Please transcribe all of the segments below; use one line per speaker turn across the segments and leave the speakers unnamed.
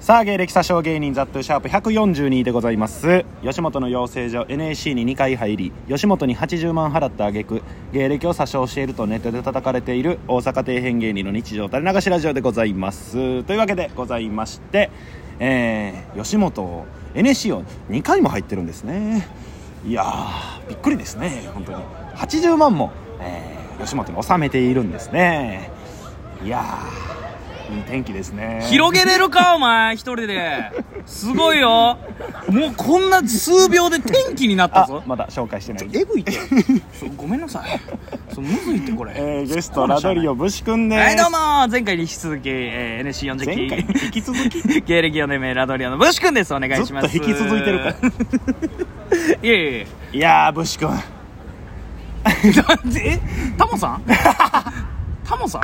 さあ芸歴詐称芸人ザットゥシャープ142でございます吉本の養成所 NAC に2回入り吉本に80万払った挙句芸歴を詐称しているとネットで叩かれている大阪底辺芸人の日常垂れ流しラジオでございますというわけでございましてえー、吉本を NAC を2回も入ってるんですねいやーびっくりですね本当に80万も、えー吉本に納めているんですねいやーいい天気ですね
広げれるかお前一人ですごいよもうこんな数秒で天気になった
あ
ぞ
まだ紹介してない
えぐいってそうごめんなさいそうむずいってこれ
えーゲストラドリオブシ君です
はいどうも前回に引き続き、えー、NC40 期
前回に引き続き
芸歴4年目ラドリアのブシ君ですお願いします
ずっと引き続いてるから
いやいやいや
いやーブシ君
なんでえタモさんタモさん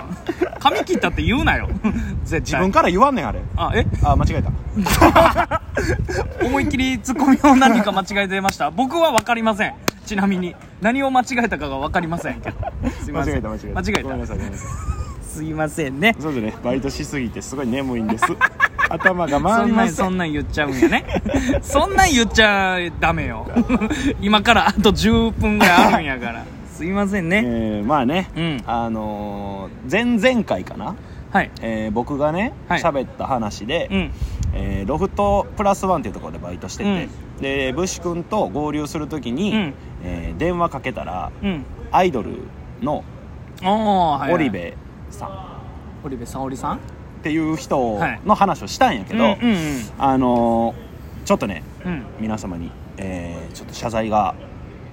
髪切ったって言うなよ絶
自
対
分から言わんねんあれ
あえ
あ間違えた
思いっきりツッコミを何か間違えてました僕は分かりませんちなみに何を間違えたかが分かりませんけどすいま
間
せ
違
ん
えた間違えたごめんなさいごめんなさい
すいませんね
そうですねバイトしすぎてすごい眠いんです頭が
そ
回り
ん
ま
なん
せ
そ
ん
んなん言っちゃうんやね そんなん言っちゃダメよ 今からあと10分ぐらいあるんやからすいませんね、
えーまあね、
うん
あのー、前々回かな、
はい
えー僕がね
はい
喋、った話で、
うん
えーロフトプラスワンっていうところでバイトしてて、でブシ君と合流するときに、
うん
えー電話かけたら
うん
アイドルの
おおはいはい
オリベさん、
織部沙織さん
っていう人
はい
の話をしたんやけど、
うんうんうん
あのーちょっとね
うん
皆様に、えーちょっと謝罪が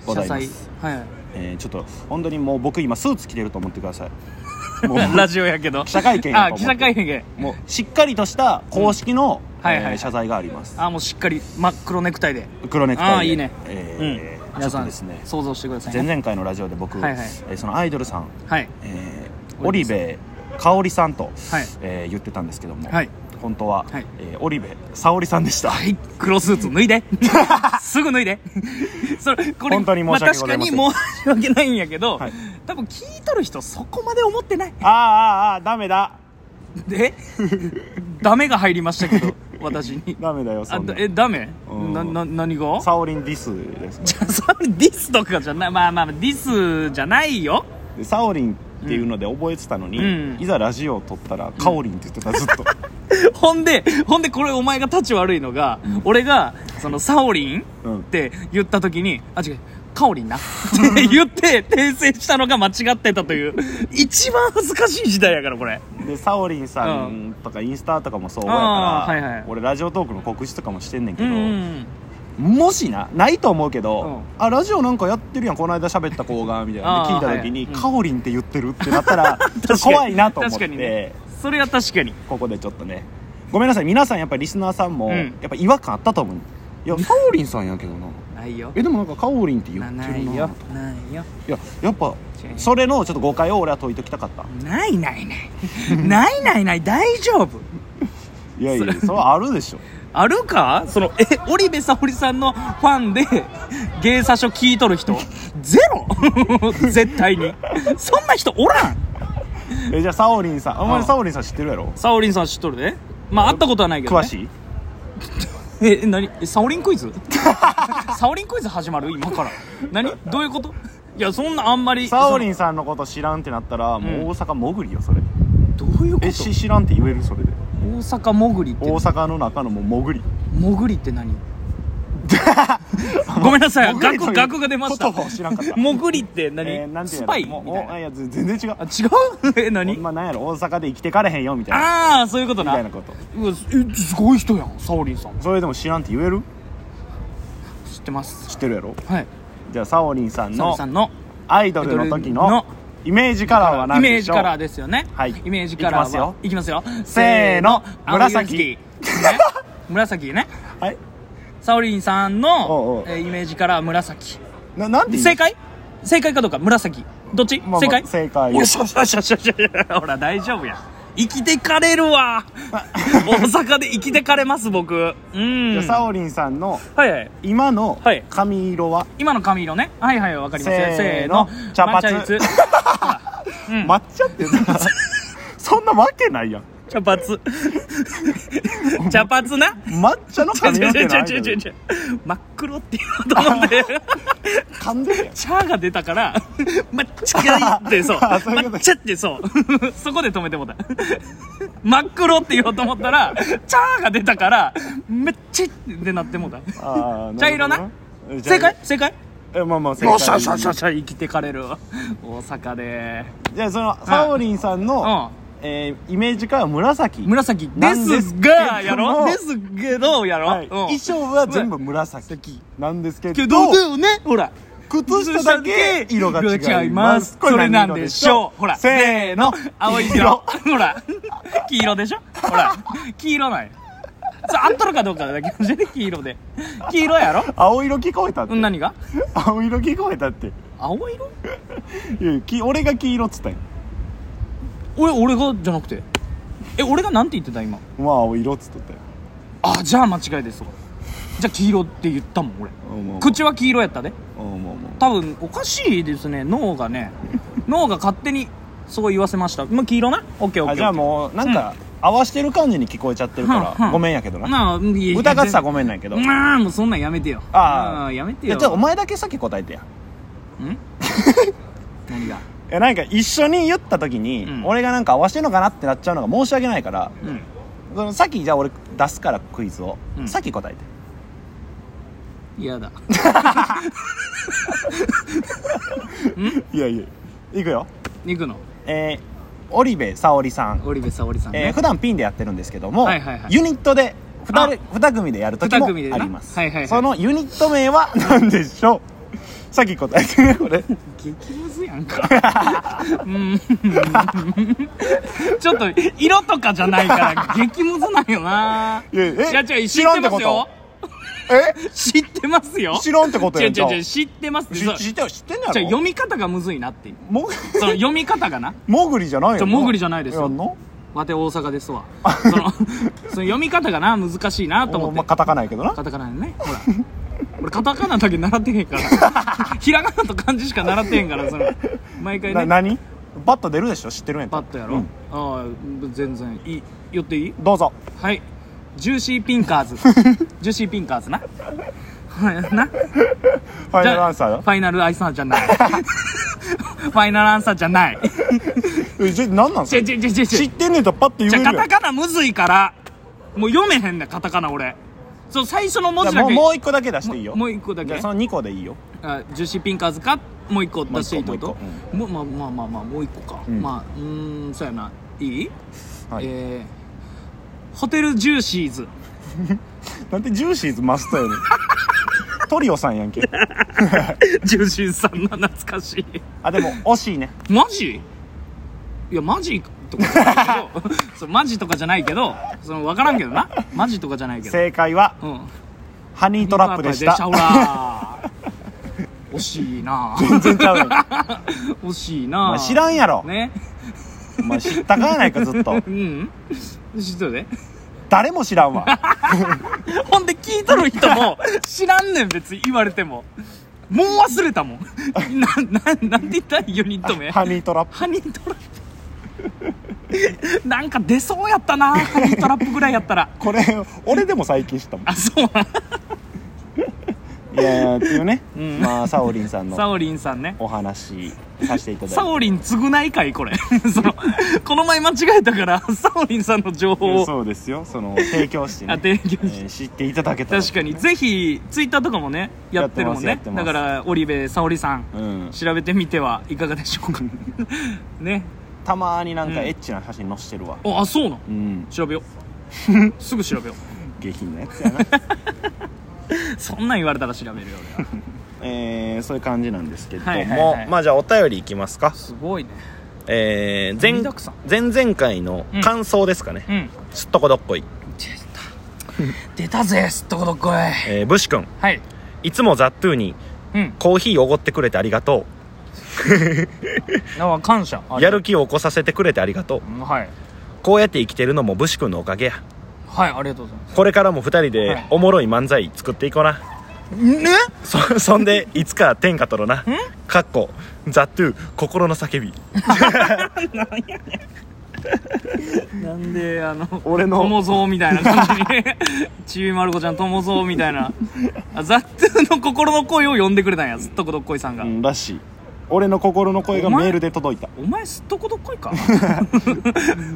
ございます、
はい
えーちょっと本当にもう僕今スーツ着てると思ってくださ いもう
ラジオやけど
記者会見や
あ
と思って
記者会見
もうしっかりとした公式の、
うんはいはい
えー謝罪があります
あもうしっかり真っ黒ネクタイで
黒ネクタイで
あーいいね
えー
皆
ちょっ
さ
と
ん
ですね
想像してください
前
ね
々回のラジオで僕、
はいはい
えーそのアイドルさん、
はい
えー、オリベ香織さんと、
はい
えー言ってたんですけども、
はい
本当は、
はい
えーオリベ沙織さんでした
はい黒スーツ脱 いですぐ脱いで それこれ
本当に申し訳ございません
あ、確かに申し訳ないんやけど、
はい
多分聞いとる人そこまで思ってない
ああああダメだ
で ダメが入りまし たけど私に
ダメだよ
あ
そんな
えダメ
うん
なな何が
サオリンディスですね
じゃあ それディスとかじゃないまあまあディスじゃないよ
でサオリンっていうので覚えてたのに、
うん
いざラジオを撮ったらカオリンって言ってたずっと、
ほんで、ほんでこれお前が立ち悪いのが、俺が、その、サオリン
うん
って言った時に、あ、違う、カオリンな。って言って、訂正したのが間違ってたという、一番恥ずかしい時代やから、これ。
でサオリンさんとかインスタとかもそう覚えた
あ
ら、
ーはいはい
俺ラジオトークの告知とかもしてんねんけ
う
ど、
んうん。
もしなないと思うけど、
うん
あラジオなんかやってるやんこの間喋った子がみたいな
あ
で
ー
聞いた時に、
はいうん
カオリンって言ってるってなった らちょっと怖いなと思っ
確か
て、
にね。それは確かに。
ここでちょっとねごめんなさい皆さんやっぱりリスナーさんも、
うん
やっぱ違和感あったと思ういやカオリンさんやけどな
ないよ。
えでもなんかカオリンって言
な
ってるな
ないよ。ないよ。
いややっぱ
違う
それのちょっと誤解を俺は解いておきたかった
ないないない。ないないない、大丈夫。
いやいやそれはあるでしょ
あるかその、え、織部沙織さんのファンで、芸者書聞いとる人、ゼ ロ絶対に。そんな人おらん
えじゃあサオリンさんあんま
う
り
ん
サオリンさん知ってるやろ
沙織さん知っとるで。まあ、会ったことはないけど、ね。
詳しい
え、え何え、サオリンクイズ サオリンクイズ始まる今から。何どういうこといや、そんなあんまり。
サオリ
ン。
ンさんのこと知らんってなったら、もう大阪潜りよそれ
どういうこと
えし知らんって言えるそれで
大阪潜りって
大、阪の中のもう潜り
潜りって 何ごめんなさい。
潜りという
額、額が出ました
言葉を知らんかっ。た
潜りって何、
えーなんていう
ス
の
パイみ
もう
たい
おあ
な。
いやぜ全然違う
あ、違う え、何
まあなんやろ大阪で生きてかれへんよみたいな
ああそういうこと
み
な
たいなこと
うわえすごい人やんサオリンさん
それでも知らんって言える
知ってます
知ってるやろ
はい
じゃあサオリンさん
サオリン
の
さんの
アイドルの時
アイドルの
のイメージカラーは
イ
何
メ
で
ー
し
ジ
ょう
カラーですよね
はい
イメージカ
きま
ラーはい
すよ
いきますよ
せーの
紫
紫
ね 紫ね
はい
サオリンさん
おうお
の
う
えーイメージカラーは紫
ななんて言うの
正解正解かどうか紫どっち
まあまあ
正解
正解
よしよしよしよしよしよしほら大丈夫や生きてかれる わ大阪で生きてかれます僕うん
じゃあサオリンさんの
はいはい
今の
はい
髪色は、
今の髪色ねはいはいわかりますよ
せ
せ
ー
ー
の
の
茶髪
抹茶 率ほらうん
抹茶ってさそんなわけないやん
茶髪茶髪な
抹茶の
ちょ
髪
ち
の
ょ
毛
ち
な
ょ
い
ち
け
ょちょ
ど
ちょ真っ黒っていうのと思って
噛んでるやん
茶が出たから抹茶がいいってそう
あそういうこと
抹茶ってそうそこで止めてもうた真っ黒って言おうと思ったら茶が出たからめっちゃってなってもうた
あー
茶色な
るほどね
正解正解
えまあまあ正解
おっしゃしゃしゃしゃ生きてかれるわ大阪で
じゃあそのサオリンさん
う
の、
ん
えーイメージから紫
紫
な
で
んです
す
けど
がやろですけどやろ、
はい
うん
衣装は全部紫なんですけど
けどだよねほら
靴下だけ色が違います
それなんでしょうほら
せーの
青い色 ほら黄色でしょ ほら黄色なんやそれ合っとるかどうかだけ教えて黄色で黄色やろ
青色聞こえたって
うん何が
青色聞こえたってい
青色
やいやき俺が黄色っつったんや
俺俺がじゃなくてえ俺がなんて言ってた今
まあ青色っつっとったよ
あじゃあ間違いですわじゃあ黄色って言ったもん俺
うんもう
口は黄色やったで
うんもうもう
多分おかしいですね脳 がね脳が勝手にそう言わせましたもう黄色なオッケーオッケー
あじゃあもうなんか合わしてる感じに聞こえちゃってるか
うんう
ら
ん
ごめんやけどな
なあ
疑ってたら
ご
ごめんなんやけどい
まあもうそんなんやめてよ
ああ
うんやめて
や
よ
ちょっとお前だけ先答えてや
ん何が
いやなんか一緒に言った時に、
うん
俺がなんか合わせてんのかなってなっちゃうのが申し訳ないから
うん
そのさっきじゃあ俺出すからクイズを、
うん
さっき答えて
嫌だ
いやいやいくよ
行くの
えー、織部沙織さん、
織部沙織さん
えー
ね
普段ピンでやってるんですけども、
はいはいはい
ユニットで 2,
あ
二組でやる時も
二組でな
あります、
はいはいはい
そのユニット名は 何でしょうさっき答えてねこれ
激ムズやんかうんちょっと色とかじゃないから激ムズなんよない
やえ
いや違う知
知
っ
らん
て
って
ま
こ
すよ
とえ
知ってますよ
知らんってこと
違
や
うん
じゃ
違う違
ん
う知ってます
知
そう
知ってる知ってんの
じゃ
やろ
読み方がむずいなっていう
も
その読み方がな
もぐりじゃないよ
ちょもぐりじゃないですよ
やんの
わて大阪ですわそのその読み方がな難しいなと思
お
って、
まあ、カタカナやけどな
カタカナねほら俺カタカナだけ習ってへんから ひらがなと漢字しか習ってへんからその毎回
な
ね
何バット出るでしょ知ってるんやった
パ
ら
ッとやろ、
うん
ああ全然いい寄っていい
どうぞ
はいジューシーピ ンカーズジューシーピンカーズなな
ファイナルアンサーよ
ファイナルアイサーじ ゃないファイナルアンサーじゃない
えじゃ何なんす
ち
か
ょちょちょちょ
知ってんねんとパッて
じゃ
言え
あ
るや
カ
ん
タカナむずいからもう読めへんねんカタカナ俺そう最初の文字
じゃ
だ
あもう
け
もう一個だけ出していいよ
もう一個だけ
じゃあその二個でいいよ
あジューシーピンカーズかもう一個出していいってこと
もう
もうまあまあまあまあもう一個か、
うん
まあうーんそうやないい、
はい
えーホテルジューシーズ
なんでジューシーズマストやねんトリオさんや んけ
ジューシーズさんの懐かしい
あでも惜しいね
マジいやマジとかじゃないけど そうマジとかじゃないけどその分からんけどなマジとかじゃないけど
正解は
うん
ハニートラップでした
ほら惜しいな
全然ちゃうや ん
惜しい
お
な
前知らんやろ
ね
お前知ったかやないかずっ と
うん知っとるで
誰も知らんわ
ほんで聞いとる人 も知らんねん別に言われてももう忘れたもん なななんて言ったユニット名
ハニートラップ
ハニートラップなんか出そうやったなハニートラップぐらいやったら
これ俺でも最近知ったも
あそうなん
んいやいやっていうね
うん
まあサオリンさん
サ
の
オリンさんね
お話させていただいて
サオリン償いかいこれ そのこの前間違えたからサオリンさんの情報
いや
を
そうですよその提供してね
あ提供して
えー知っていただけたら
確かにぜひツイッターとかもねやってるもん
や
ね
ってますや
だ
ってます
から織部沙織さん
うん
調べてみてはいかがでしょ うかね
たまになんか
うん
エッチな写真載してるわ
ああそうなん
うん
調べよ うすぐ調べよう
下品なやつや な
そんなん言われたら調べるよ俺は
えーそういう感じなんですけども、
はいはいはい
まあじゃあお便りいきますか
すごいね
えー、
盛
前
りだくさん
前々回の感想ですかね、
うん
すっとこどっこい、
出た出たぜすっとこどっこいは
えー、ブシ君
い
いつもザ・トゥーに
うん
コーヒーおごってくれてありがと
あ感謝
うやる気を起こさせてくれてありがとう
うんはい
こうやって生きてるのもブシ君のおかげや
はいありがとうございます
これからも二人
は
で
い
おもろい漫才作っていこうな
ね
そそんでいつか天下取ろなかっこザ・トゥー心の叫び
なんであの
俺の
友蔵みたいな感じに ちびまる子ちゃん友蔵みたいなあザットゥの心の声を呼んでくれたんやずっとこどっこいさんが、
うんらしい俺の心の声が
お前
メールで届いた
お前すっとこどっこいか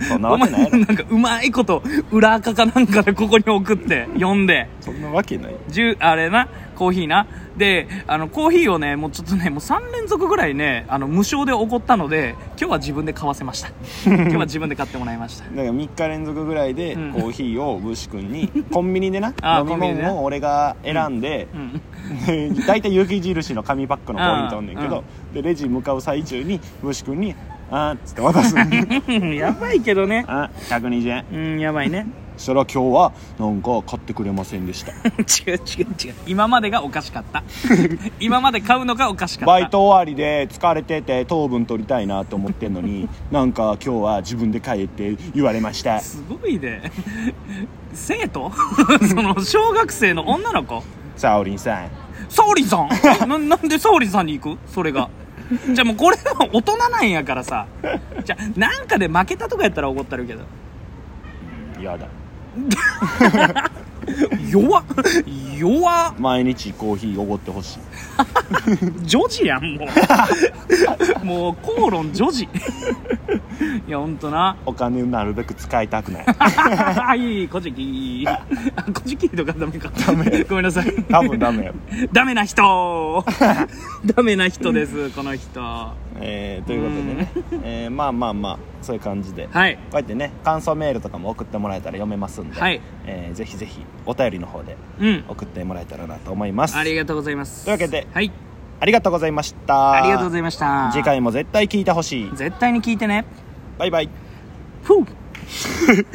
そんな
お
わ
前
けないやろ
なんかうまいこと裏垢かなんかでここに送って呼んで
そんなわけない
ジュあれなコーヒーなであのコーヒーをねもうちょっとねもう3連続ぐらいねあの無償でおごったので今日は自分で買わせました 今日は自分で買ってもらいました
だから3日連続ぐらいでコ
うん
ーヒーをブシ君にコンビニでな
あー
飲み
コンビニでね
物を俺が選んで
うん
で大体雪印の紙パックの方に飛んねんけ
あ
どでレジ向かう最中にブシ君に「あー」っつって渡 すあ
うんやばいけどね
120円
うんやばいね
そしたら今日はなんか買ってくれませんでした
違う違う違う今までがおかしかった 今まで買うのがおかしかった
バイト終わりで疲れてて糖分取りたいなと思ってんの になんか今日は自分で帰って言われました
すごいね生徒 その小学生の女の子
サオリンさん
沙織さん えななんで沙織さんに行くそれがじゃあもうこれは大人なんやからさじゃあなんかで負けたとかやったら怒ったるけど
やだ
弱っ弱っ
毎日コーヒーおごってほしい
女児やんも うもう口論女児いやほんとな
お金なるべく使いたくない
いいこじきあこじきとかダメかダメごめんなさい
多分ダメよ、
ダメな人 ダメな人ですこの人は
えー、ということでね、えーまあまあまあそういう感じで、
い
こうやってね感想メールとかも送ってもらえたら読めますんで、
はい
えーぜひぜひお便りの方で
うん
送ってもらえたらなと思います
ありがとうございます
というわけで
はい
ありがとうございました
ありがとうございました
次回も絶対聞いてほしい
絶対に聞いてね
バイバイ
ふう